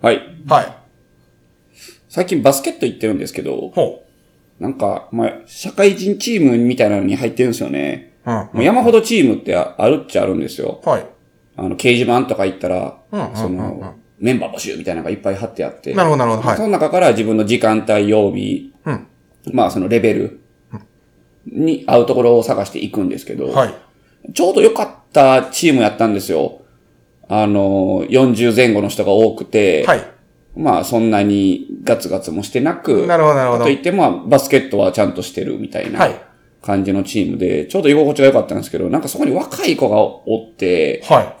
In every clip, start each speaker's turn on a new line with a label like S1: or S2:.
S1: はい。
S2: はい。
S1: 最近バスケット行ってるんですけど、
S2: ほ
S1: なんか、まあ、社会人チームみたいなのに入ってるんですよね。
S2: う。うん。
S1: もう山ほどチームってああるっちゃあるんですよ。
S2: はい。
S1: あの、掲示板とか行ったら、
S2: うんうんうんうん
S1: その、メンバー募集みたいなのがいっぱい貼ってあって。
S2: なるほど、なるほど。は
S1: そ
S2: い。
S1: の中から自分の時間帯、曜日、
S2: うん。
S1: まあそのレベルに合うところを探していくんですけど、
S2: はい。
S1: ちょうど良かったチームやったんですよ。あの、40前後の人が多くて、
S2: はい。
S1: まあそんなにガツガツもしてなく、
S2: なるほど、なるほど。
S1: と
S2: はい。
S1: ってまあバスケットはちゃんとしてるみたいない感じのチームで、ちょうど居心地が良かったんですけど、なんかそこに若い子がおって、
S2: はい。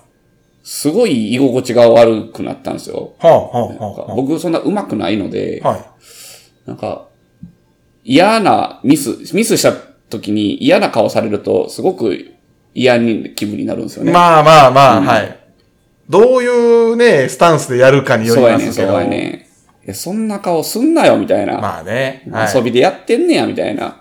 S1: すごい居心地が悪くなったんですよ。
S2: はあ、はあ、
S1: なんか
S2: は
S1: 僕そんな上手くないので、
S2: あ。はい。
S1: なんか、嫌なミス、ミスした時に嫌な顔されると、すごく嫌に気分になるんですよね。
S2: まあまあまあ、はい。どういうね、スタンスでやるかにより
S1: そうや
S2: ま
S1: ねん、
S2: す
S1: そう
S2: けど。
S1: やねん。いやそんな顔すんなよ、みたいな、
S2: まあね。はい
S1: 遊びでやってんねや、みたいな。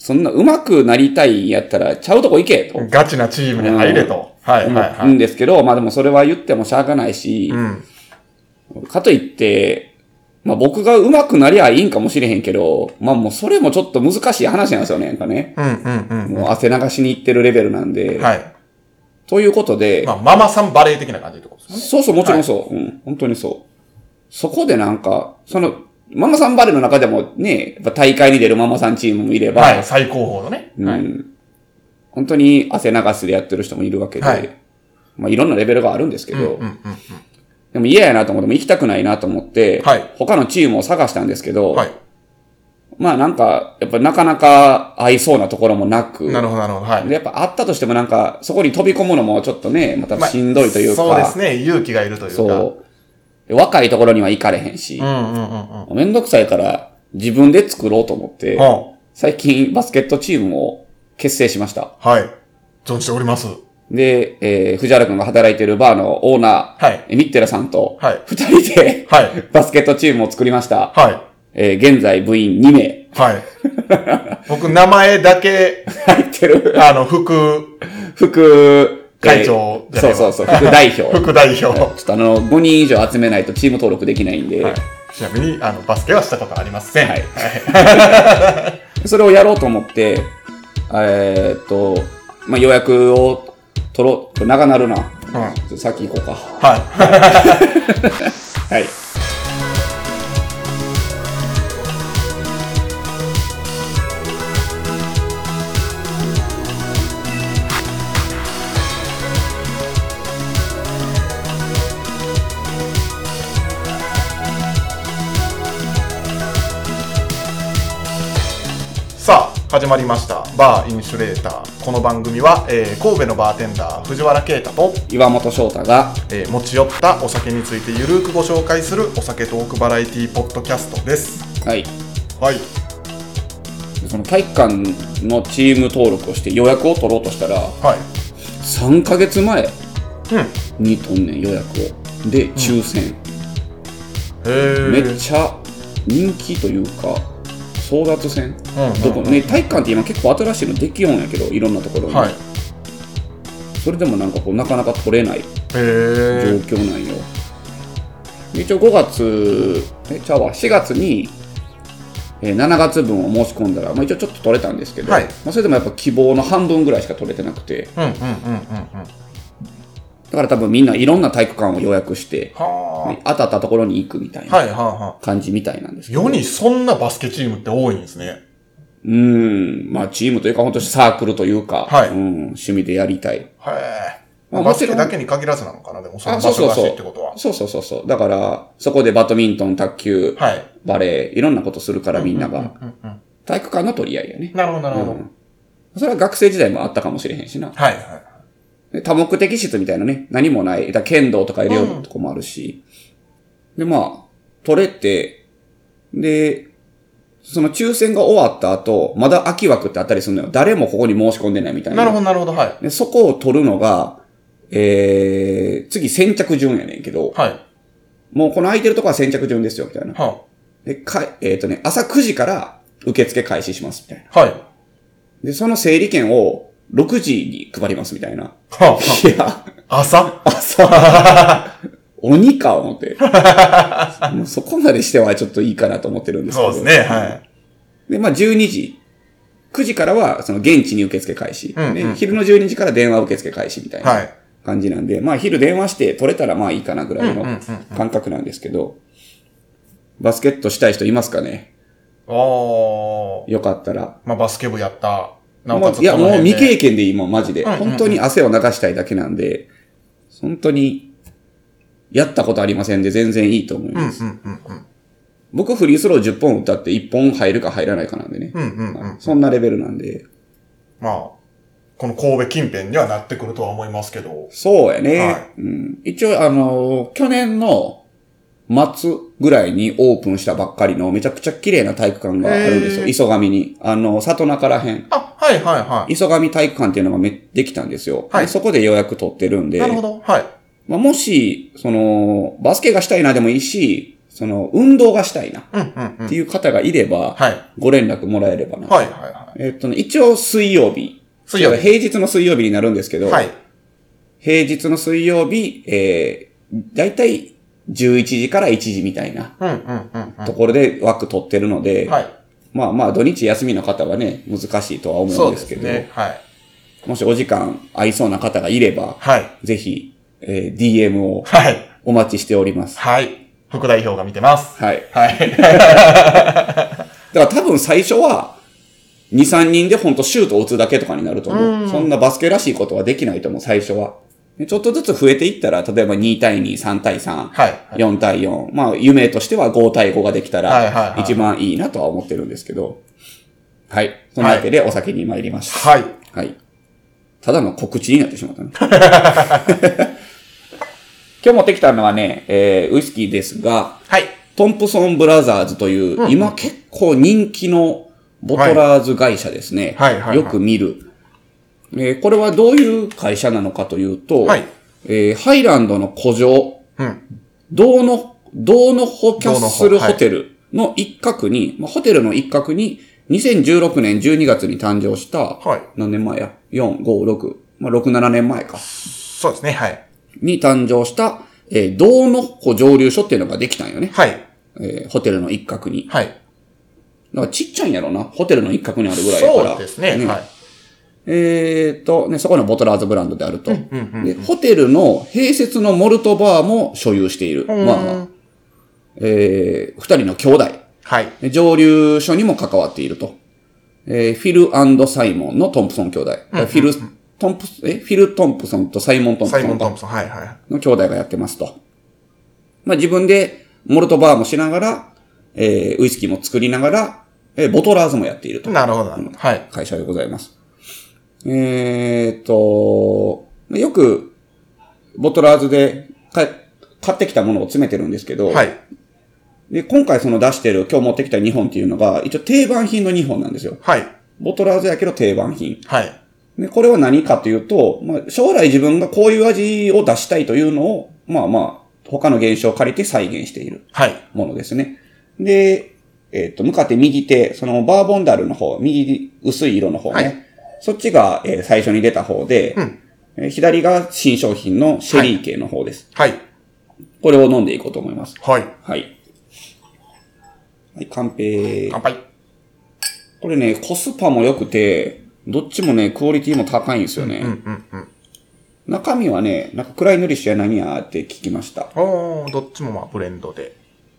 S1: そんな上手くなりたいんやったら、ちゃうとこ行け、と。
S2: ガチなチームに入れと。はい、はい、
S1: 思
S2: は
S1: う
S2: い。
S1: んですけど、まあでもそれは言ってもしゃあがないし、
S2: うん。
S1: かといって、まあ僕が上手くなりゃいいんかもしれへんけど、まあもうそれもちょっと難しい話なんですよね、なんかね。
S2: うん、うん、
S1: もう汗流しに行ってるレベルなんで
S2: うん。。はい。
S1: ということで、
S2: まあ、ママさんバレー的な感じってことですね。
S1: そうそう、もちろんそう、うん。本当にそう。そこでなんか、その、ママさんバレーの中でもね、やっぱ大会に出るママさんチームもいれば、
S2: はい、最高峰のね。
S1: うん
S2: はい。
S1: 本当に汗流しでやってる人もいるわけで、
S2: はいい、
S1: まあいろんなレベルがあるんですけど、
S2: うん、うん、うん。
S1: でも嫌やなと思っても行きたくないなと思って、
S2: はい
S1: 他のチームを探したんですけど、
S2: はい。
S1: まあなんか、やっぱなかなか合いそうなところもなく、
S2: なるほど、なるほど。はい。
S1: でやっぱあったとしてもなんか、そこに飛び込むのもちょっとね、また
S2: まあ
S1: しんどいというか、
S2: そうですね。勇気がいるというか。
S1: そう。若いところには行かれへんし
S2: う、んうんうん
S1: めんどくさいから自分で作ろうと思って
S2: うん。、は
S1: 最近バスケットチームを結成しました。
S2: あはい。存じております。
S1: で、えー、藤原くんが働いてるバーのオーナー、
S2: はい。
S1: えミッテラさんと
S2: はい。
S1: 二人で
S2: はい。
S1: バスケットチームを作りました。
S2: は
S1: えー、現在部員2名
S2: い。はい。 僕、名前だけ、
S1: 入ってる
S2: あの、副、
S1: 副
S2: 会長
S1: えー
S2: じゃないわ
S1: そうそうそう、副代 表。
S2: 副代表。
S1: ちょっとあの、5人以上集めないとチーム登録できないんで、
S2: はい。ちなみに、あの、バスケはしたことありません。
S1: は
S2: はい い。
S1: それをやろうと思って、えーっと、まあ、予約を取ろう。長なるな。
S2: うん。はい。
S1: ちょさっき行こうか。は。
S2: はいい。さあ、始まりました。バーインシュレーター。この番組は、えー神戸のバーテンダー、藤原啓太と、
S1: 岩本翔太が、
S2: えー持ち寄ったお酒についてゆるくご紹介するお酒トークバラエティポッドキャストです。
S1: はい。
S2: はい。
S1: その体育館のチーム登録をして予約を取ろうとしたら、
S2: はい。
S1: 3ヶ月前
S2: うん。へ
S1: に取んねん、予約を。で、抽選。
S2: え。
S1: めっちゃ人気というか、争奪戦、
S2: うんうん
S1: どこね、体育館って今結構新しいのできようんやけど、いろんなところに。
S2: はい。
S1: それでもなんかこう、なかなか取れない
S2: へ
S1: 状
S2: え。
S1: 況なんよ。一応5月、え、ちゃうわ、4月に、えー7月分を申し込んだら、まあ、一応ちょっと取れたんですけど、
S2: はい
S1: まあ、それでもやっぱ希望の半分ぐらいしか取れてなくて、
S2: うんうんうんうんうん。
S1: だから多分みんないろんな体育館を予約して、
S2: は
S1: 当たったところに行くみたい
S2: あ。
S1: な
S2: はいはいは
S1: 感じみたいなんですけ
S2: い。
S1: ど。
S2: 世にそんなバスケチームって多いんですね。
S1: うーん、まあチームというか本当にサークルというか、
S2: はい
S1: うん、趣味でやりたい。
S2: へえ。
S1: まあ
S2: バ
S1: もち
S2: ス
S1: ろ
S2: ケ
S1: ん
S2: だけに限らずなのかな、でもその
S1: あそ
S2: 場
S1: うそ
S2: 所
S1: う
S2: らし
S1: そう
S2: いってことは。
S1: そうそうそうそう。だから、そこでバドミントン、卓球、
S2: はい。
S1: バレー、いろんなことするからみんなが。
S2: うんうん。
S1: 体育館の取り合いやね。
S2: なるほどなるほど。
S1: うんそれは学生時代もあったかもしれへんしな。
S2: はいは
S1: で多目的室みたいなね、何もない、だ剣道とかやるようなとこもあるし、で、まあ、取れて、で、その抽選が終わった後、まだ空き枠ってあったりするのよ。誰もここに申し込んでないみたい
S2: い。
S1: な。
S2: なるほどなるほど。はい。
S1: で、そこを取るのが、えー、次先着順やねんけど、
S2: はい。
S1: もうこの空いてるとこは先着順ですよ、みたいな。
S2: は
S1: で、か、えっ、とね、朝9時から受付開始します、みたいな。
S2: あ。はい。
S1: で、その整理券を6時に配ります、みたいな。
S2: はい
S1: や、
S2: あ。朝
S1: 朝。鬼か思って。 もうそこまでしてはちょっといいかなと思ってるんですけ
S2: そ
S1: ど。
S2: うですね。はい。
S1: で、まあ12時、9時からはその現地に受付開始。
S2: うんうん
S1: で昼の12時から電話受付開始みたいな
S2: はい。
S1: 感じなんで、まあ昼電話して取れたらまあいいかなぐらいの
S2: うんうんうん
S1: 感覚なんですけど、バスケットしたい人いますかね
S2: おー。
S1: よかったら。
S2: まあ、バスケ部やった。なお
S1: も
S2: か
S1: う
S2: つ、
S1: いや、もう未経
S2: 験。
S1: 験でいいもん、マジで。
S2: うんうんうん
S1: 本当に汗を流したいだけなんで、本当に、やったことありませんで全然いいと思い
S2: うんう
S1: ます。
S2: んうんうん。
S1: 僕フリースロー10本打ったって1本入るか入らないかなんでね。
S2: うんうんうん
S1: はいそんなレベルなんで。
S2: まあ、この神戸近辺にはなってくるとは思いますけど。
S1: そうやね。
S2: は
S1: うん、一応、あのー去年の末ぐらいにオープンしたばっかりのめちゃくちゃ綺麗な体育館があるんですよ。
S2: へー
S1: 磯上に。あの、里中らへん。
S2: あ、はいはいはい。
S1: 磯上体育館っていうのがめできたんですよ。
S2: はい
S1: でそこで予約取ってるんで。
S2: なるほど。はい。
S1: まあ、もし、その、バスケがしたいなでもいいし、その、運動がしたいなっ
S2: うんうんうん。
S1: ていう方がいれば、
S2: はい。
S1: ご連絡もらえればな。
S2: はいはいは
S1: えっとね、一応水曜日。
S2: い。水曜日。
S1: 平日の水曜日になるんですけど、
S2: はい。
S1: 平日の水曜日、えー、だいたい11時から1時みたいな
S2: うんうんうん
S1: ところで枠取ってるので、
S2: うん。はい。
S1: まあまあ土日休みの方はね、難しいとは思う
S2: そ
S1: ん
S2: う
S1: で
S2: ですす
S1: けど、
S2: ね。はい。
S1: もしお時間合いそうな方がいれば、
S2: はい。
S1: ぜひ、えー DM を
S2: はい。
S1: お待ちしております。
S2: はい。副代表が見てます。
S1: はい。
S2: はい。
S1: だから多分最初は、2、3人でほんとシュートを打つだけとかになると思う。そんなバスケらしいことはできないと思う、最初は。でちょっとずつ増えていったら、例えば2対2、3対3、
S2: はい。
S1: 4対4。まあ、夢としては5対5ができた
S2: はいはい
S1: ら、
S2: はい
S1: 一番いいなとは思ってるんですけど。はい。そのわけでお酒に参りました。
S2: はい。
S1: はい。ただの告知になってしまった ね。今日持ってきたのはね、えー、ウイスキーですが、
S2: はい。
S1: トンプソンブラザーズという、今結構人気のボトラーズ会社ですね。
S2: はいはいはいはい
S1: よく見る、えーこれはどういう会社なのかというと、
S2: はい
S1: えーハイランドの古城、
S2: うん。
S1: 道の、道のホキャッスル
S2: 道の穂はい
S1: ホテルの一角に、まあホテルの一角に、2016年12月に誕生した、
S2: はい
S1: 何年前や ?4、5、6、まあ、6、7年前か。
S2: そうですね。はい。
S1: に誕生した、えー道の穂蒸留所っていうのができたんよね。
S2: はい。
S1: えーホテルの一角に。
S2: はい。
S1: だからちっちゃいんやろな。ホテルの一角にあるぐらいやから。
S2: そうですね。はい。
S1: えーっと、ね、そこのボトラーズブランドであると。
S2: うんうん
S1: で、ホテルの併設のモルトバーも所有している。
S2: うん
S1: まあまあ、えー、二人の兄弟。
S2: はい。
S1: で蒸留所にも関わっていると。えーフィルサイモンのトンプソン兄弟。フィル、トンプス、え、フィル・トンプソンとサイモン・トンプ
S2: サイ
S1: ソ
S2: モ
S1: ン
S2: ン・ト
S1: か
S2: ンプソン。はいはい。
S1: の兄弟がやってますと。まあ自分でモルトバーもしながら、えーウイスキーも作りながら、えーボトラーズもやっていると。
S2: なるほどなるほど。はい。
S1: 会社でございます。えーっと、まあよく、ボトラーズで買買ってきたものを詰めてるんですけど、
S2: はい。
S1: で、今回その出してる、今日持ってきた2本っていうのが、一応定番品の2本なんですよ。
S2: はい。
S1: ボトラーズやけど定番品。
S2: はい。
S1: で、これは何かというと、まあ、将来自分がこういう味を出したいというのを、まあまあ、他の現象を借りて再現している
S2: はい。
S1: ものですね。で、えっ、と、向かって右手、そのバーボンダルの方、右薄い色の方ね。
S2: はい
S1: そっちが、えー最初に出た方で、
S2: うん
S1: えー左が新商品のシェリー系の方です。
S2: はい。
S1: これを飲んでいこうと思います。
S2: はい。
S1: はい。はい、乾杯。
S2: 乾杯。
S1: これね、コスパも良くて、どっちもね、クオリティも高いんですよね。
S2: うんうんうん。
S1: 中身はね、なんか暗い塗りしや何やって聞きました。
S2: おー、どっちもまあブレンドで。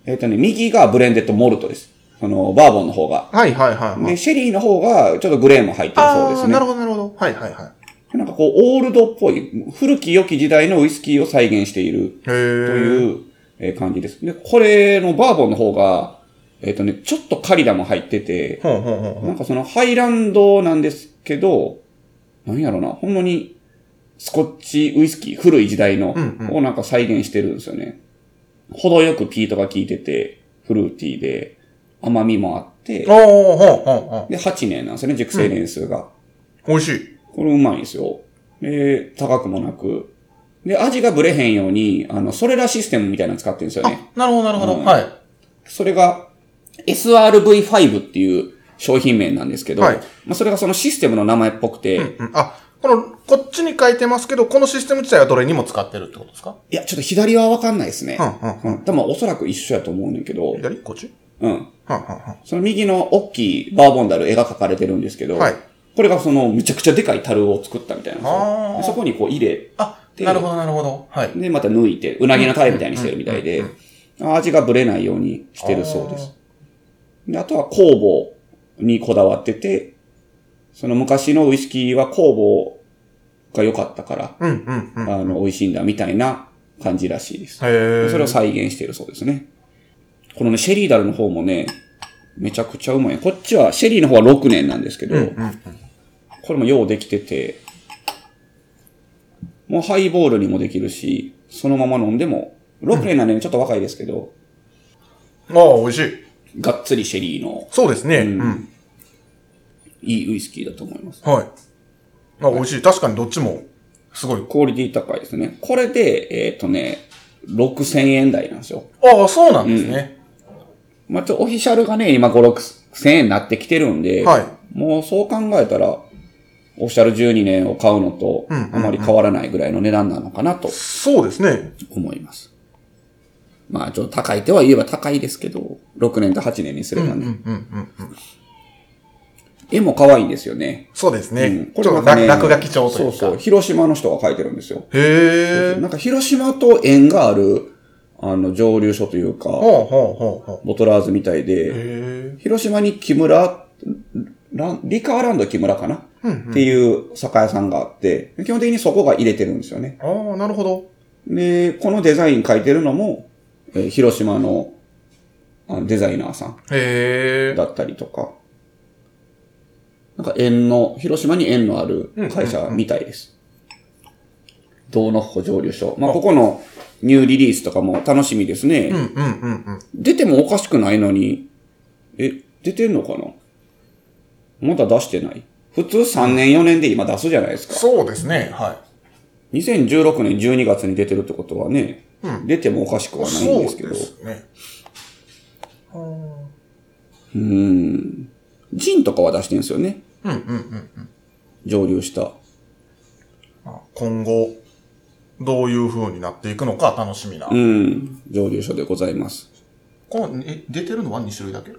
S1: えっ、とね、右がブレンデッドモルトです。その、バーボンの方が。
S2: はいはいはいはい。
S1: で、シェリーの方が、ちょっとグレーも入ってるそうで
S2: あ
S1: す
S2: ー、
S1: ね
S2: なる。ほどなるほど。はいはいはい。
S1: なんかこう、オールドっぽい、古き良き時代のウイスキーを再現している
S2: へ
S1: と
S2: ー。
S1: いうえー感じです。で、これのバーボンの方が、えっ、とね、ちょっとカリダも入ってて、
S2: ほうほうほうほ
S1: な
S2: うん
S1: かそのハイランドなんですけど、なんやろな、ほんまにスコッチウイスキー、古い時代の
S2: うんうん
S1: をなんか再現してるんですよね。程よくピートが効いてて、フルーティーで甘みもあって、
S2: おー、ほうほうほう。
S1: で、8年なんですよね、熟成年数が。
S2: 美味しい。
S1: これうまいんですよ。で、高くもなく。で、味がブレへんように、あの、それらシステムみたいなの使ってるんですよね。
S2: あ、なるほどなるほ
S1: う
S2: ど。
S1: ん
S2: はい。
S1: それが SRV5 っていう商品名なんですけど、
S2: はい
S1: まあ、それがそのシステムの名前っぽくて、
S2: うんうんあ、この、こっちに書いてますけど、このシステム自体はどれにも使ってるってことですか
S1: いや、ちょっと左はわかんないですね。
S2: うんうん
S1: うん。多分おそらく一緒やと思うねんけど、
S2: 左こっち
S1: うん。
S2: はんはんはん
S1: その右の大きいバーボンダル絵が描かれてるんですけど、
S2: はい
S1: これがそのむちゃくちゃでかい樽を作ったみたいなんです
S2: あー
S1: よでそこにこう入れ、
S2: あ、
S1: で
S2: なるほど、なるほど。はい。
S1: で、また抜いて、うなぎのタレみたいにしてるみたいで、味がぶれないようにしてるそうです。であとは酵母にこだわってて、その昔のウイスキーは酵母が良かったから、
S2: うんうんうん。へ
S1: あの、美味しいんだみたいな感じらしいです。
S2: え。
S1: それを再現しているそうですね。このね、シェリーダルの方もね、めちゃくちゃうまい。こっちは、シェリーの方は6年なんですけど、
S2: うんうんうん。
S1: これもようできてて、もうハイボールにもできるし、そのまま飲んでも、6年なんでねちょっと若いですけど、
S2: ああ、美味しい。
S1: がっつりシェリーの
S2: そうですね。うん。
S1: いいウイスキーだと思います。
S2: はい。あ、美味しい。確かにどっちも、すごい。
S1: クオリティ高いですね。これで、えっ、とね、6000円台なんですよ。
S2: ああ、そうなんですね。
S1: まあ、ちょっとオフィシャルがね、今5、6000円になってきてるんで、
S2: はい
S1: もうそう考えたら、オフィシャル12年を買うのと、
S2: んうんうん
S1: あまり変わらないぐらいの値段なのかなと
S2: そうですね。
S1: 思います。まあ、ちょっと高いとは言えば高いですけど、6年と8年にすればね。
S2: うんうんうんうん。
S1: 絵も可愛いんですよね。
S2: そうですね。
S1: うん
S2: ちょっと
S1: なんか
S2: 落落書き帳というか。
S1: そうそう。広島の人が描いてるんですよ。
S2: へえ。
S1: なんか広島と縁がある、あの、蒸留所というか、
S2: ほうほうほうほ。
S1: ボトラーズみたいうで、
S2: へえ。
S1: 広島に木村、ランリカーランド木村かな、っていう酒屋さんがあって、基本的にそこが入れてるんですよね。
S2: ああ、なるほど。
S1: で、このデザイン描いてるのも、えー広島のあのデザイナーさん
S2: へえ。
S1: だったりとか、なんか縁の、広島に縁のある会社みたいです。道の補蒸留所。まあ、
S2: あ
S1: ここのニューリリースとかも楽しみですね。
S2: うんうんうんうん。
S1: 出てもおかしくないのに、え、出てんのかなまだ出してない普通3年4年で今出すじゃないですか。
S2: そうですね。は
S1: 2016年12月に出てるってことはね、出てもおかしく
S2: い。
S1: はない
S2: そ
S1: ん
S2: う
S1: ですけど
S2: で。すね。
S1: うん。ジンとかは出してるんですよね。
S2: うんうんうんうん。
S1: 蒸留した。
S2: あ今後、どういう風になっていくのか楽しみな。
S1: うん。蒸留所でございます。
S2: このえ出てるのは2種類だけ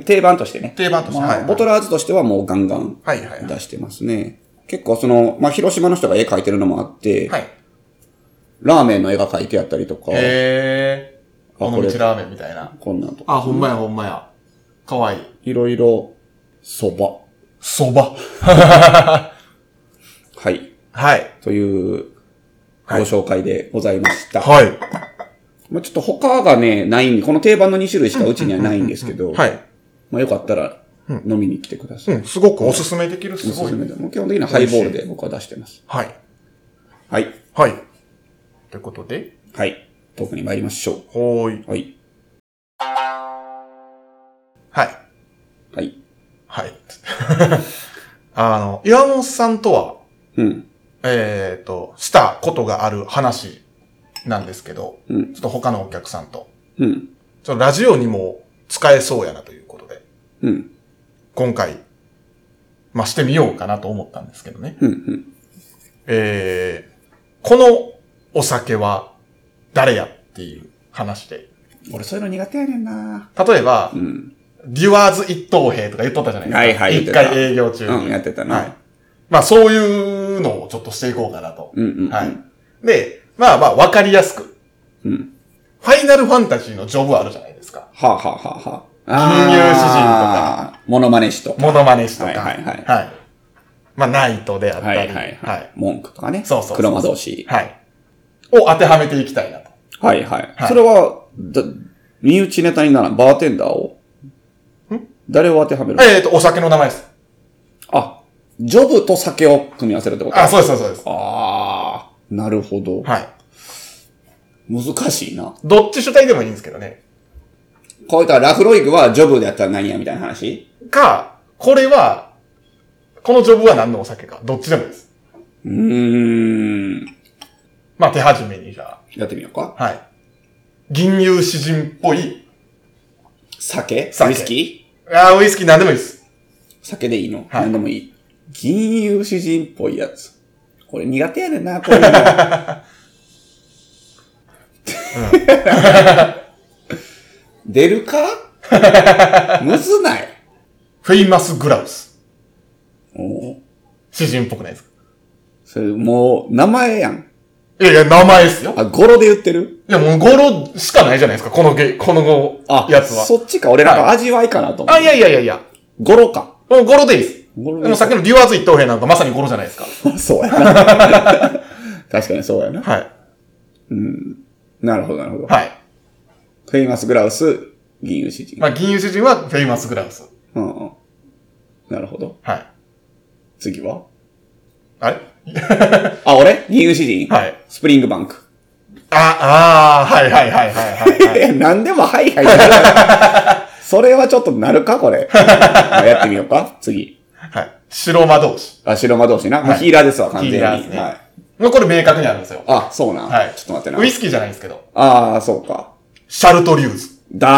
S1: 定番としてね。
S2: 定番として
S1: まあ
S2: はい
S1: ボトラーズとしてはもうガンガン
S2: はいはいはい。
S1: 出してますね。結構その、まあ、広島の人が絵描いてるのもあって、
S2: はい。
S1: ラーメンの絵が描いてあったりとか、
S2: へえ。
S1: あ
S2: 尾道
S1: これ
S2: ラーメンみたいな。
S1: こんなんとか。
S2: あ、ほんまやほんまや。かわいい。
S1: いろいろ、蕎麦。
S2: そば。
S1: はい。
S2: はい。
S1: という、ご
S2: はい
S1: 紹介でございました。
S2: はい。
S1: まあ、ちょっと他がね、ないんで、この定番の2種類しかうちにはないんですけど、
S2: はい。
S1: まあ、よかったら、飲みに来てください。
S2: うん、すごくおすすめできる。す
S1: おす
S2: ごい
S1: す。めでもう基本的にはハイボールで僕は出してます。
S2: はい。
S1: はい。
S2: はい。ということで、
S1: はい。トークに参りましょ
S2: ほーい。
S1: う。はい。
S2: はい。
S1: はい。
S2: はい。 あの、岩本さんとは、
S1: うん。
S2: えっ、と、したことがある話なんですけど、
S1: うん
S2: ちょっと他のお客さんと、
S1: うん。
S2: ちょっとラジオにも使えそうやなということで、
S1: うん。
S2: 今回、まあ、してみようかなと思ったんですけどね。
S1: うん。うん。
S2: えー、このお酒は誰やっていう話で、
S1: 俺そういうの苦手やねんな
S2: 例えば
S1: う、ん。
S2: デュワーズ一等兵とか言っとったじゃないですか。
S1: はいはい言っ
S2: 一
S1: てた
S2: 回営業中に。
S1: うんやってたな
S2: はい。まあそういうのをちょっとしていこうかなと。
S1: うんうんうん
S2: はい。で、まあまあわかりやすく。
S1: うん。
S2: ファイナルファンタジーのジョブあるじゃないですか。
S1: はあ、はあはあは
S2: 金融詩人と
S1: あ。
S2: か
S1: 人とか。モノマネ師とか。
S2: モノマネ師とか。
S1: はいはいはい
S2: はい。まあナイトであった
S1: は
S2: り。
S1: いはい
S2: は
S1: はい
S2: い。。
S1: 文句とかね。
S2: そうそうそう
S1: 黒魔同士。
S2: はい。を当てはめていきたいなと。
S1: はいはい。
S2: はい
S1: それは、だ、身内ネタにならん。バーテンダーを。誰を当てはめる
S2: えっ、と、お酒の名前です。
S1: あ、ジョブと酒を組み合わせるってこと
S2: あ、そうですそうですそうです。
S1: あー、なるほど。
S2: はい。
S1: 難しいな。
S2: どっち主体でもいいんですけどね。
S1: こういったらラフロイグはジョブでやったら何やみたいな話
S2: か、これは、このジョブは何のお酒か。どっちでもいいです。
S1: うーん。
S2: まあ手始めにじゃあ。
S1: やってみようか。
S2: はい。銀融詩人っぽい。
S1: 酒
S2: 酒
S1: ウイスキ
S2: ああ、ウイスキー何でもいいです。
S1: ー酒でいいの、
S2: はい
S1: 何でもいい。銀融詩人っぽいやつ。これ苦手やねんな、こういう の。出る かむずない。
S2: フェイマスグラウス。
S1: おう
S2: 詩人っぽくないですか
S1: それもう、名前やん。
S2: いやいや、名前ですよ。
S1: あ、語呂で言ってる
S2: いや、もう語呂しかないじゃないですか、このゲ、この
S1: あ、
S2: やつは。
S1: そっちか。俺なんか味わいかなと思
S2: あ、
S1: う。
S2: いやいやいやいや。
S1: 語呂か。
S2: もう語呂でいいです。
S1: 語呂
S2: でもさっきのデュアーズ一等兵なんかまさに語呂じゃないですか。
S1: そうやな。 確かにそうやな。
S2: はい。
S1: なるほど、なるほど。
S2: はい。
S1: フェイマスグラウス、銀融詩人。
S2: まあ、銀融主人はフェイマスグラウス。
S1: うんうん。なるほど。
S2: はい。
S1: 次は
S2: あれ
S1: あ、俺銀融詩人。
S2: はい。
S1: スプリングバンク。
S2: あ、あー、はいはいはいはいはい、はい。
S1: え、なんでもはいはいじゃない それはちょっとなるかこ れ。まあやってみようか次。
S2: はい。白魔同士。
S1: あ、白魔同士な。もう
S2: はい
S1: ヒーラーですわ、完全に。
S2: ヒーラーですね
S1: はい。
S2: もうこれ明確にあるんですよ。
S1: あ、そうなん。
S2: はい。
S1: ちょっと待って
S2: ウイ
S1: な。
S2: スキーじゃないんですけど。
S1: ああ、そうか。
S2: シャルトリューズ。
S1: だ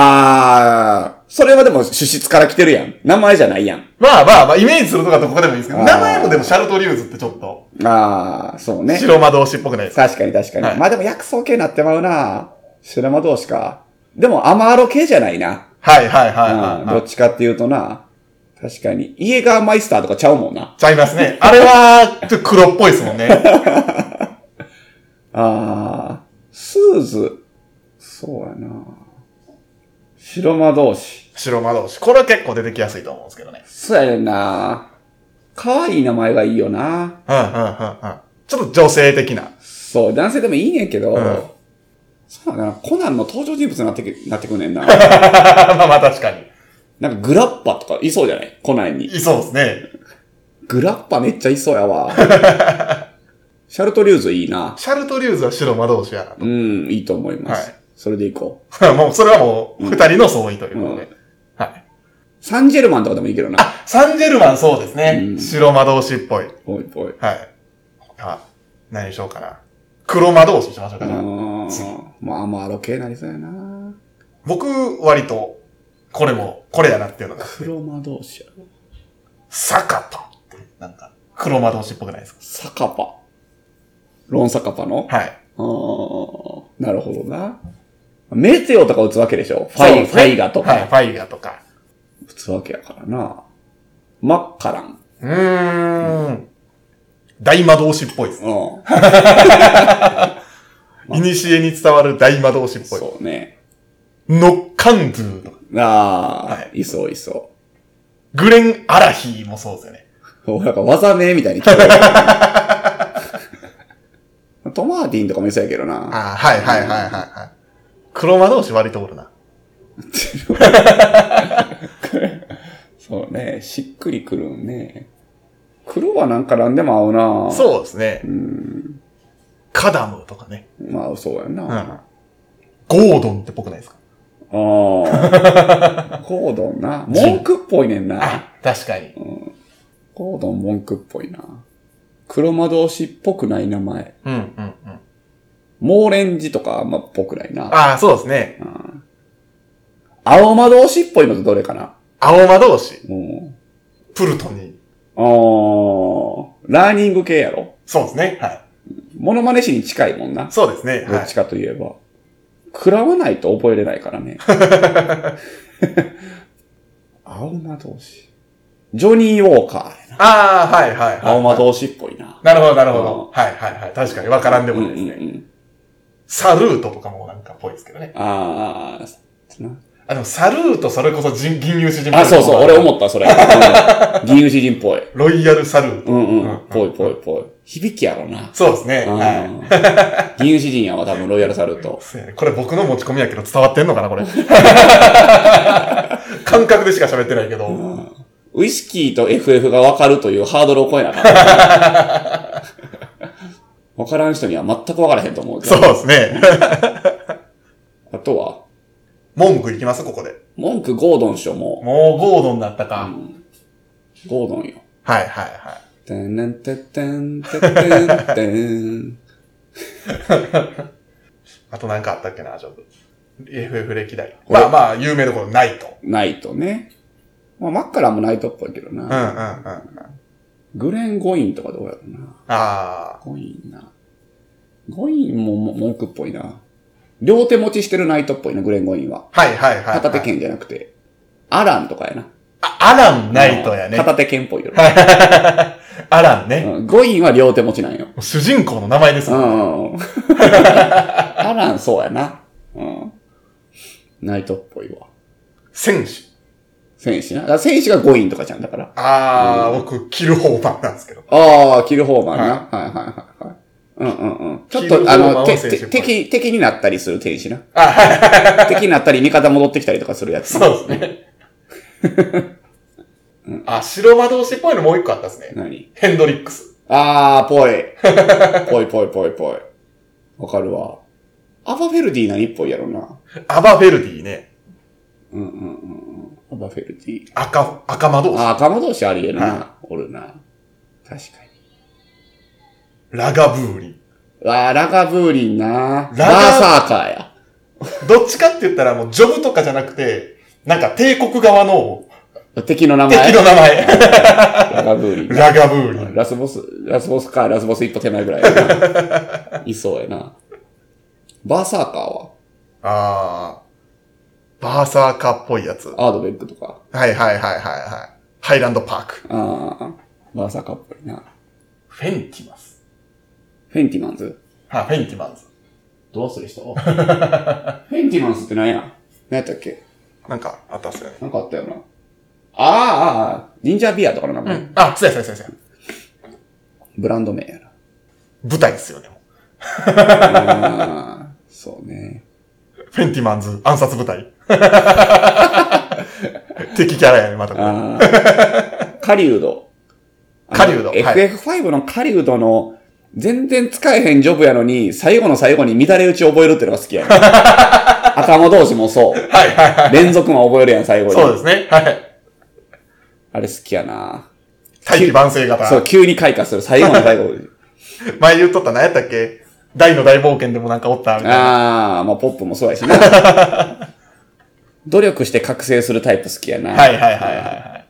S1: ー。それはでも主質から来てるやん。名前じゃないやん。
S2: まあまあまあ、イメージするとかどこかでもいいんですけど、
S1: あー
S2: 名前もでもシャルトリューズってちょっと、
S1: ああ、そうね。
S2: 白魔同士っぽくないですか
S1: 確かに確かに。
S2: はい
S1: まあでも薬草系になってまうな。白魔同士か。でもアマーロ系じゃないな。
S2: はいはいはい
S1: うん、
S2: はい
S1: ど
S2: は
S1: っちかっていうとな。確かに。イエガーマイスターとかちゃうもんな。
S2: い。ちゃいますね。あれは、ちょっと黒っぽいですもんね。
S1: あー、スーズ。そうやな。白魔同士。
S2: 白魔同士。これは結構出てきやすいと思うんですけどね。
S1: そうやねんな。可愛い名前がいいよな。
S2: うんうんうんうん。ちょっと女性的な。
S1: そう、男性でもいいねんけど。
S2: うん
S1: そうやな。コナンの登場人物になってく、なってくんねん な。
S2: まあまあ確かに。
S1: なんかグラッパとかいそうじゃないコナンに。
S2: いそうですね。
S1: グラッパめっちゃいそうや わ。シャルトリューズいいな。
S2: シャルトリューズは白魔同士や
S1: うん、いいと思います。
S2: はい
S1: それでいこう。
S2: な。もう、それはもう、二人の相違ということで。はい。
S1: サンジェルマンとかでもいいけどな。
S2: あ、サンジェルマンそうですね。
S1: うん
S2: 白魔同士っぽい。
S1: ぽいぽい。
S2: はい。あ、何にしようかな。黒魔同士にしましょ
S1: う
S2: うかね。
S1: ーん。まあまあ、ロケになりそうやな。
S2: 僕、割と、これも、これやなっていうのが、
S1: 黒魔同士やろ。
S2: 坂パっていう、なんか、黒魔同士っぽくないですか
S1: サカパ。ロンサカパの
S2: はい。
S1: あーなるほどな。メテオとか打つわけでしょファイ、ファイガと
S2: はい、フ
S1: か。
S2: ァイガとか。
S1: 打つわけやからな。マッカラン。
S2: うーん。大魔同士っぽいですね。
S1: うん。
S2: いにしえに伝わる大魔同士っぽい。
S1: そうね。
S2: ノッカンドゥとか、
S1: あ
S2: は
S1: あ、いそういそう。
S2: グレン・アラヒーもそうですよね。
S1: おなんか技名みたいに聞こえ る。トマーティンとかもそうやけどな。
S2: ああ、はいはいはいはいはい。黒魔同士割とおるな。
S1: そうね。しっくりくるね。黒はなんか何でも合うな。う。
S2: そうですね。カダムとかね。
S1: まあ、そうやな。
S2: うん
S1: あ
S2: ゴードンってぽくないですか
S1: あ。コードン な。文句っぽいねんな。
S2: あ、確かに。
S1: コードン文句っぽいな。黒魔同士っぽくない名前。
S2: うんうんうん。
S1: モーレンジとかあんまっぽくないな。
S2: ああ、そうですね。
S1: 青魔同士っぽいのとどれかな。
S2: 青魔同士。
S1: うん。
S2: プルトニー。
S1: あーラーニング系やろ。
S2: そうですね。は
S1: モノマネ師に近いもんな。
S2: い。そうですね。
S1: ど
S2: は
S1: っ
S2: い
S1: ち。かといえば。食らわないと覚えれないから ね。青魔同士。ジョニー・ウォーカーやな。
S2: ああ、はいはいはい。
S1: 青魔同士っぽいな。
S2: なるほど、なるほど。はいはいはい。確かに、わからんでもないです
S1: うん
S2: ね。
S1: うんうん
S2: サルートとかもなんかっぽいですけどね。
S1: あーあー、な
S2: あ、でもサルート、それこそ人銀融詩人
S1: あ、そうそう、 俺
S2: う。
S1: 思った、それ。銀融詩人っぽい。
S2: ロイヤルサルート。
S1: うんう
S2: うん
S1: ん。ぽいぽいぽい。響きやろな。
S2: そうですね。
S1: うん
S2: は
S1: 銀融詩人やわ、多分、ロイヤルサルト
S2: い。。そうやねこれ僕の持ち込みやけど伝わってんのかな、これ。感覚でしか喋ってないけど。
S1: ウイスキーと FF がわかるというハードルを超えなかった。 わからん人には全くわからへんと思うけど
S2: そうです ね。
S1: あとは、
S2: 文句いきます、ここで。
S1: 文句ゴードンっしょ、も
S2: もうゴードンだったか。
S1: う。ゴードンよ。
S2: はいはいはい。
S1: てんてんてんてんてんてんてん。
S2: あとなんかあったっけな、ちょっと。FF 歴代。まあまあ、有名どころ、ナイト。
S1: ナイトね。まあ、マッカランもナイトっぽいけど
S2: うんうん
S1: な。
S2: うん。
S1: グレン・ゴインとかどうやろうな。
S2: あ
S1: ゴインな。ゴインもも文句っぽいな。両手持ちしてるナイトっぽいな、グレン・ゴインは。
S2: あ。はいはいはい、はい。
S1: 片手剣じゃなくて。アランとかやな。
S2: あ。アランナイトやね。
S1: 片手剣っぽいよね、
S2: アランね。
S1: うんゴインは両手持ちなんよ。
S2: 主人公の名前です
S1: う
S2: もん。
S1: ん うん。アラン、そうやな。うん。ナイトっぽいわ。
S2: 戦士。
S1: 戦士な。だから戦士がゴインとかちゃんだから。
S2: ああ、僕、キルホーマンなんですけど。
S1: ああ、キルホーマンな。はいはいはいはい。うんうんうん。ちょっと、あ
S2: キルホーマン
S1: の、
S2: は
S1: て
S2: 選手
S1: て敵、敵になったりする天使な。
S2: あはいはい
S1: 敵になったり、味方戻ってきたりとかするやつ。
S2: そうですね。 あ、白魔導士っぽいのもう一個あったですね。
S1: 何
S2: ヘンドリックス。
S1: ああ、ぽい。ぽいぽいぽいぽい。わかるわ。アバフェルディ何っぽいやろな。
S2: アバフェルディね。
S1: うんうんうんうん。アバフェルディ。
S2: 赤、赤魔導士。
S1: ああ、鎌同士ありえる
S2: はい
S1: な。おるな。確かに。
S2: ラガブーリ。
S1: わあ、ラガブーリンな。
S2: ラガ
S1: ラーサーカーや。
S2: どっちかって言ったらもうジョブとかじゃなくて、なんか帝国側の
S1: 敵の名前。
S2: 敵の名前。
S1: ラガブーリン。
S2: ラガブーリン。
S1: ラスボス、ラスボスか、ラスボス一歩手前ぐらいや ないそうやな。バーサーカーは
S2: あー。バーサーカーっぽいやつ。は
S1: アードベックとか。
S2: いはいはいはいはい。ハイランドパーク。
S1: ああ、バーサーカーっぽいな。
S2: フェンティマス。
S1: フェンティマンズ
S2: はい、フェンティマンズ。
S1: どうする人 フェンティマンズって何や何やったっけ
S2: なんか、あったっすよね。
S1: なんかあったよな。あーあー、あージンジャービアとかの名前。
S2: あ、そうやそうやそうやそうや。
S1: ブランド名やな。
S2: 舞台ですよね。
S1: あーそうね。
S2: フェンティマンズ暗殺部隊。 敵キャラやね、またこれ。
S1: ああ。カリウド。
S2: カリウド
S1: あの
S2: はい
S1: FF5 のカリウドの、全然使えへんジョブやのに、最後の最後に乱れ打ち覚えるってのが好き やねん。頭同士もそう。
S2: はいはいはい。
S1: 連続も覚えるやん、最後に。
S2: そうですね。はい。
S1: あれ好きやな
S2: 大器晩成
S1: そう、
S2: 型。
S1: 急に開花する。最後の最後。
S2: 前言っとった何やったっけ大の大冒険でもなんかおったみたいな。
S1: ああ、まあポップもそうやしな。努力して覚醒するタイプ好きやな。
S2: はいはいはいはいはい。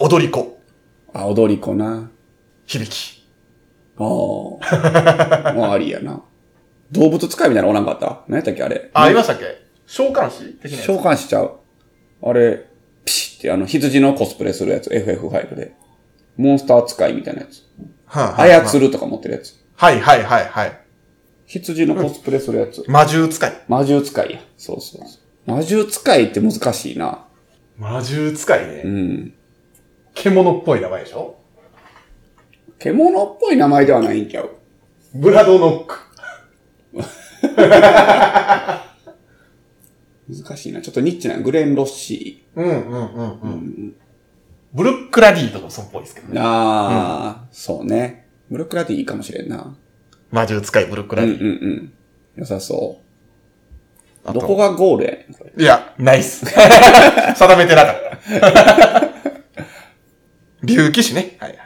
S2: 踊り子。
S1: あ、踊り子な。
S2: 響き。
S1: あ あ。まあありやな。動物使いみたいなのおらんかった何やったっけあれ。
S2: あ、ありましたっけ召喚師的なやつ
S1: 召喚しちゃう。あれ、ピシってあの、羊のコスプレするやつ、FF5 で。モンスター使いみたいなやつ。
S2: はあはあはあ
S1: 操るとか持ってるやつ。
S2: はいはいはいはい。
S1: 羊のコスプレするやつ。
S2: 魔獣使い。
S1: 魔獣使いや。そうそうそう。魔獣使いって難しいな。
S2: 魔獣使いうね。
S1: ん。
S2: 獣っぽい名前でしょ
S1: 獣っぽい名前ではないんちゃう。
S2: ブラドノック。
S1: 難しいな。ちょっとニッチな。グレン・ロッシ
S2: うんうんうんうん。ブルックラディとかもそうっぽいですけどね
S1: ー。ああ、そうね。ブルックラディいいかもしれんな。
S2: 魔獣使いブルック
S1: う
S2: ラ
S1: んうん
S2: ディ。
S1: うん。良さそう。
S2: あ
S1: ど
S2: と
S1: こがゴールやねん、これ。
S2: いや、ナイス。 定めてなかった。 竜騎士ね。はいはい。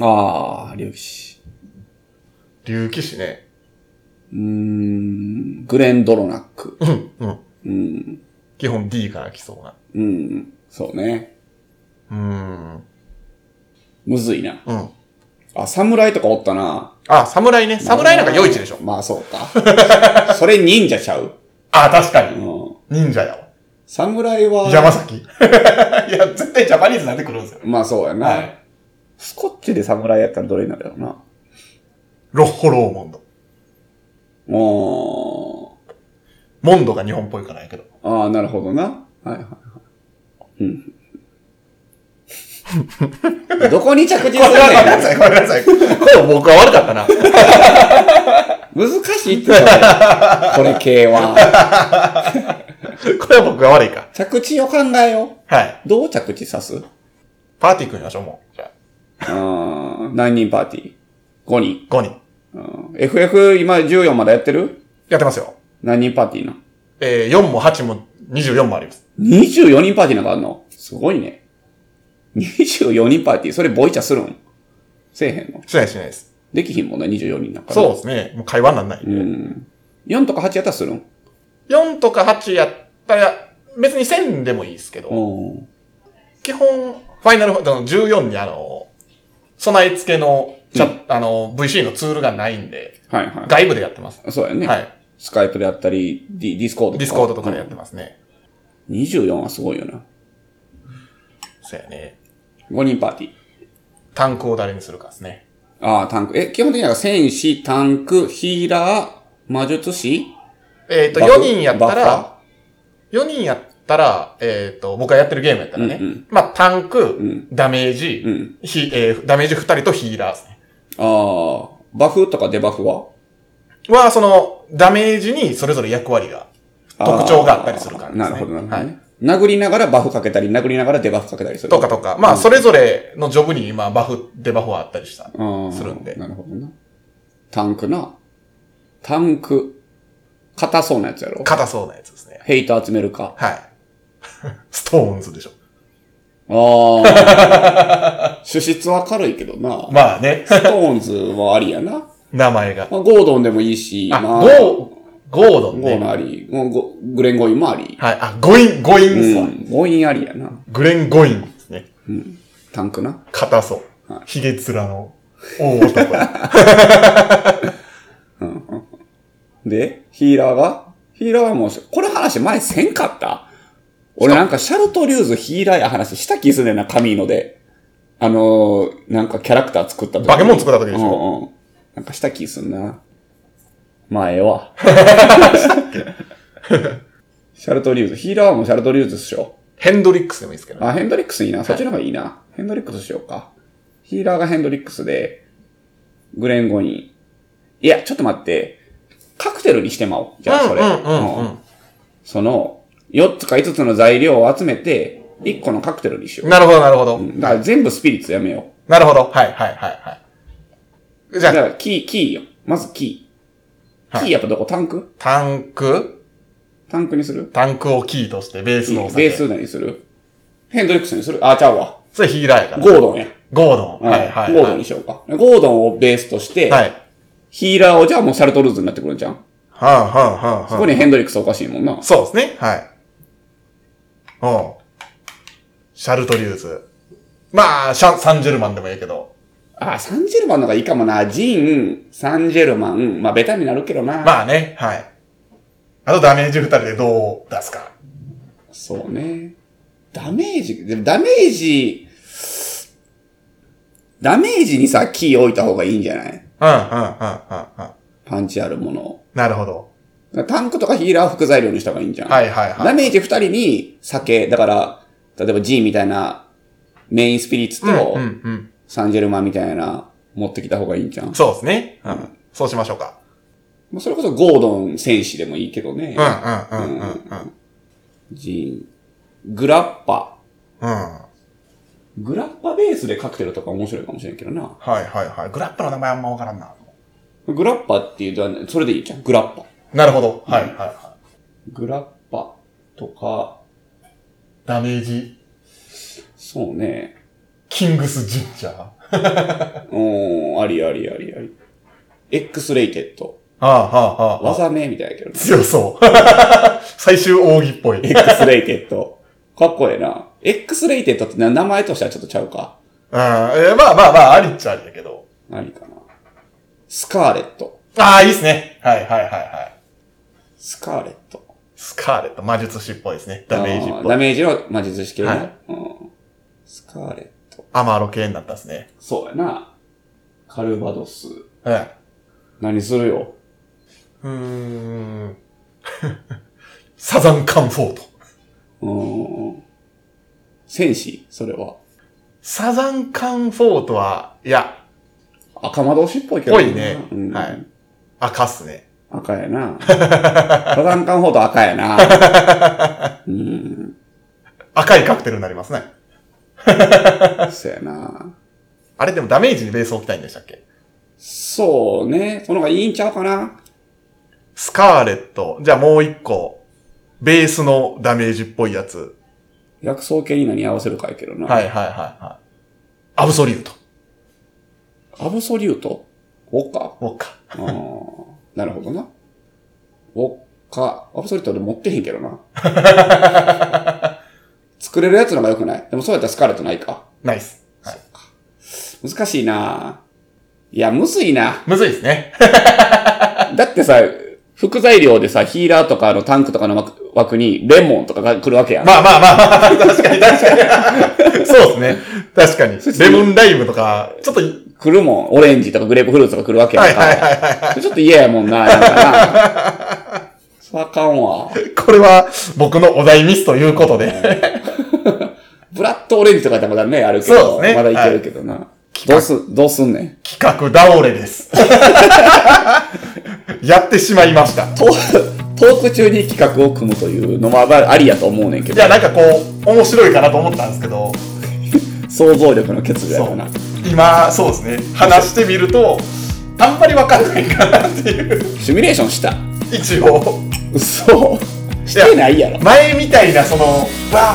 S1: ああ、竜騎士。
S2: 竜騎士ね。
S1: うーん、グレン・ドロナック。
S2: うん、うん。
S1: うん、
S2: 基本 D から来そうな。
S1: うん、そうね。
S2: うーん。
S1: むずいな。
S2: うん。
S1: あ、侍とかおったな。
S2: あ、侍ね。侍なんか良いちでしょ。
S1: まあそうか。 それ忍者ちゃう。
S2: あ、確か
S1: う
S2: に。
S1: ん。
S2: 忍者やわ。
S1: 侍は、
S2: 山崎。 いや、絶対ジャパニーズになってくるんですよ。
S1: まあそうやな。
S2: はい。
S1: スコッチで侍やったらどれになるやろうな。
S2: ロッホローモンド。
S1: も
S2: モンドが日本っぽいからやけど。
S1: う、ああ、なるほどな。はいはいはい。うん。 どこに着地するね
S2: ごめんなんさい、ごめんなさい。これ僕は悪かったな。
S1: 難しいってそれ。これ系は。
S2: これは僕が悪いか。
S1: 着地を考えよ
S2: はい。
S1: う。どう着地さす
S2: パーティー組みましょう、もう。じゃ
S1: うん何人パーティー ?5 人。
S2: あ、5人。
S1: うん FF 今14まだやってる
S2: やってますよ。
S1: 何人パーティーな
S2: えー、4も8も24もあります。
S1: ?24 人パーティーなんかあんのすごいね。24人パーティーそれボイチャするんせえへんの
S2: しないですしないです。
S1: できひんもんね、24人なんか。
S2: そうですね。もう会話になんない。
S1: う。うん。4とか8やったらするん
S2: 4とか8やったら、別に1000でもいいですけど、
S1: うん。
S2: 基本、ファイナルファ、あの14にあの、備え付けの、チャあの、VC のツールがないんで、
S1: はいは
S2: 外部でやってます。
S1: い。そうやね。
S2: はい。
S1: スカイプであったり、ディディスコード
S2: ディスコードとかでやって
S1: ま
S2: ますね。
S1: す。24はすごいよな。
S2: そうやね。
S1: 5人パーティー。
S2: タンクを誰にするかですね。
S1: ああ、タンク。え、基本的には戦士、タンク、ヒーラー、魔術師
S2: えっ、と、
S1: バフ
S2: 4人やったら
S1: バ、
S2: 4人やったら、えっ、と、僕がやってるゲームやったらね、
S1: うんうん
S2: まあ、タンク、
S1: ん
S2: ダメージ、
S1: うん
S2: ひえーダメージ2人とヒーラーですね。
S1: ああ、バフとかデバフは
S2: は、その、ダメージにそれぞれ役割が、特徴があったりするからですね
S1: なるほど、なるほど、ね殴りながらバフかけたり、殴りながらデバフかけたりする。
S2: とかとか、まあ、それぞれのジョブに今、バフ、デバフはあったりした。
S1: ああ
S2: するんで
S1: なるほどな。タンクな。タンク。硬そうなやつやろ。
S2: 硬そうなやつですね。
S1: ヘイト集めるか。
S2: はい。 ストーンズでしょ。
S1: ああ。主質は軽いけどな。
S2: まあね、
S1: ストーンズはありやな。
S2: 名前が。
S1: まあ、ゴードンでもいいし、
S2: あ、
S1: まあ、
S2: ゴー、ゴードン
S1: ゴー
S2: ね。
S1: もあり、ゴゴグレンゴインもあり。
S2: はい。あ、ゴイン、ゴインっす
S1: う
S2: わ
S1: ん。ゴインありやな。
S2: グレン・ゴインですね。
S1: タンクな。
S2: 硬そう。ヒゲ面の大男。
S1: で、ヒーラーがヒーラーはもう、これ話前せんかった俺なんかシャルトリューズヒーラーや話した気すんねんな、神ので。あのー、なんかキャラクター作った時
S2: バケモン作った時でしょ。
S1: うんうん。なんかした気すんな。まあ、ええ わ。シャルトリューズ。ヒーラーはもうシャルトリューズっしょ。
S2: ヘンドリックスでもいいですけどね。
S1: あ、ヘンドリックスいいな。そっちの方がいいな。ヘンドリックスしようか。ヒーラーがヘンドリックスで、グレンゴイン。いや、ちょっと待って。カクテルにしてまおう。じゃあ、それ。
S2: うんうんうんうん
S1: その、4つか5つの材料を集めて、1個のカクテルにしよ
S2: なるほど、なるほど。
S1: う。だから全部スピリッツやめよ
S2: なるほど。はい、はい、はい、はい。じ
S1: う。だ
S2: ゃ
S1: か
S2: あ、
S1: ら、キー、キーよ。まずキー。
S2: はい
S1: キーやっぱどこタンク
S2: タンク
S1: タンクにする
S2: タンクをキーとしてベース
S1: ベ
S2: のお酒。
S1: ース何にするヘンドリックスにするあ、ちゃうわ。
S2: それヒーラーやから。
S1: ゴードンや。
S2: ゴードン。
S1: うん
S2: はい、はい。
S1: ゴードンにしようか。ゴードンをベースとして、
S2: はい。はい。
S1: ヒーラーをじゃあもうシャルトルーズになってくるんじゃん。
S2: はあ、はあ、はあ、
S1: そこ
S2: は
S1: にヘンドリックスおかしいもんな
S2: あ。。そうですね。はい。おうシャルトリューズ。まあ、シャン、サンジェルマンでもいいけど。
S1: あ、サンジェルマンの方がいいかもな。ジン、サンジェルマン。まあ、ベタになるけどな。
S2: まあね、はい。あとダメージ二人でどう出すか。
S1: そうね。ダメージ、でもダメージ、ダメージにさ、キー置いた方がいいんじゃない
S2: うん、うん、うん、うん、うん。
S1: パンチあるものを
S2: なるほど。
S1: だからタンクとかヒーラーは副材料にした方がいいんじゃん。
S2: はいはいはい
S1: ダメージ二人に酒、だから、例えば G みたいなメインスピリッツと、
S2: うんうん。
S1: サンジェルマンみたいな持ってきた方がいいんじゃん。
S2: そうですね。うん。そうしましょうか。
S1: もうそれこそゴードン戦士でもいいけどね。
S2: うんうんうんうんうん。
S1: ジン。グラッパ。
S2: うん。は
S1: グラッパベースでカクテルとか面白いかもしれんけどな。
S2: いはいはい。グラップの名前あんまわからんな。
S1: グラッパっていうとはね、それでいいじゃん。グラッパ。
S2: なるほど。はいはいはい。
S1: グラッパとか、
S2: ダメージ、
S1: そうね。
S2: キングスジンジャー。は
S1: うん、ありありありあり。X レイテッド。
S2: あはあはあ。
S1: 技名みたいやけどね。
S2: 強そう。最終奥義っぽい。うん。
S1: X レイテッド。かっこええな。X レイテッドってな名前としてはちょっとちゃうか。
S2: えーまあまあまあ、ありっちゃありだけど。
S1: 何かな。スカーレット。
S2: ああ、いいっすね。はいはいはいはい。
S1: スカーレット。
S2: スカーレット、魔術師っぽいですね。ダメージっ
S1: あ
S2: ぽい。
S1: ダメージの魔術師系ね、
S2: はい
S1: うん。スカーレット。
S2: アマロ系になったっすね。
S1: そうやな。カルバドス。
S2: うん。
S1: 何するよ。
S2: うーんサザンカンフォート。
S1: うーん。戦士それは。
S2: サザンカンフォートは、いや、
S1: 赤魔導士っぽいけど
S2: ぽいね
S1: うん、
S2: はい赤っすね。
S1: 赤やな。 サザンカンフォート赤や な。うん。
S2: 赤いカクテルになりますね。
S1: そうやな。
S2: あれでもダメージにベース置きたいんでしたっけ
S1: そうね。その方がいいんちゃうかな。
S2: スカーレット。じゃあもう一個。ベースのダメージっぽいやつ。
S1: 薬草系に何合わせるかやけどな。
S2: はいはいはいはい。アブソリュート。
S1: アブソリュートウォッカ
S2: ウォッカ。
S1: あーなるほどな。ウォッカ、アブソリュートで持ってへんけど な。作れるやつの方が良くないでもそうやったらスカーレットないか。
S2: ナイス。はい、
S1: 難しいないや、むずいな。
S2: むずいですね。
S1: だってさ、副材料でさ、ヒーラーとかのタンクとかの枠枠にレモンとかが来るわけやん。
S2: まあまあまあまあ、確かに確かに。そうですね。確かに。レモンライムとか、ちょっと、
S1: 来るもん。オレンジとかグレープフルーツとか来るわけやんか。ちょっと嫌やもんな、なんかなそうあかんわ。
S2: これは僕のお題ミスということで。
S1: ブラッドオレンジとかやったらまだね、あるけど。
S2: そうですね
S1: まだいけるけどな。どうす、どうすんねん。
S2: 企画倒れです。 やってしまいました。
S1: トートーク中に企画を組むというのもありやと思うねんけ
S2: い
S1: ど
S2: や、、なんかこう、面白いかなと思ったんですけど、
S1: 想像力の欠如や
S2: そ
S1: か
S2: う
S1: な。。
S2: 今、そうですね。話してみると、あんまりわかんないかなっていう。
S1: シミュレーションした。
S2: 一応。
S1: 嘘。してないやろ。
S2: 前みたいな、その、わ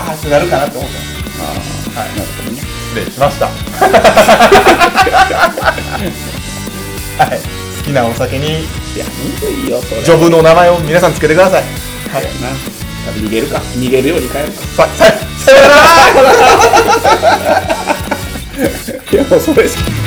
S2: ーってなるかなって思ったんですはい。
S1: なるほどね
S2: 失礼しました。 はい。好きなお酒に、
S1: いや、ほんといいよ、それ。
S2: ジョブの名前を皆さんつけてください。はい。
S1: な。逃げるか。逃げるように帰るか。
S2: さ、さ、さよなら
S1: いや、もうそれしか。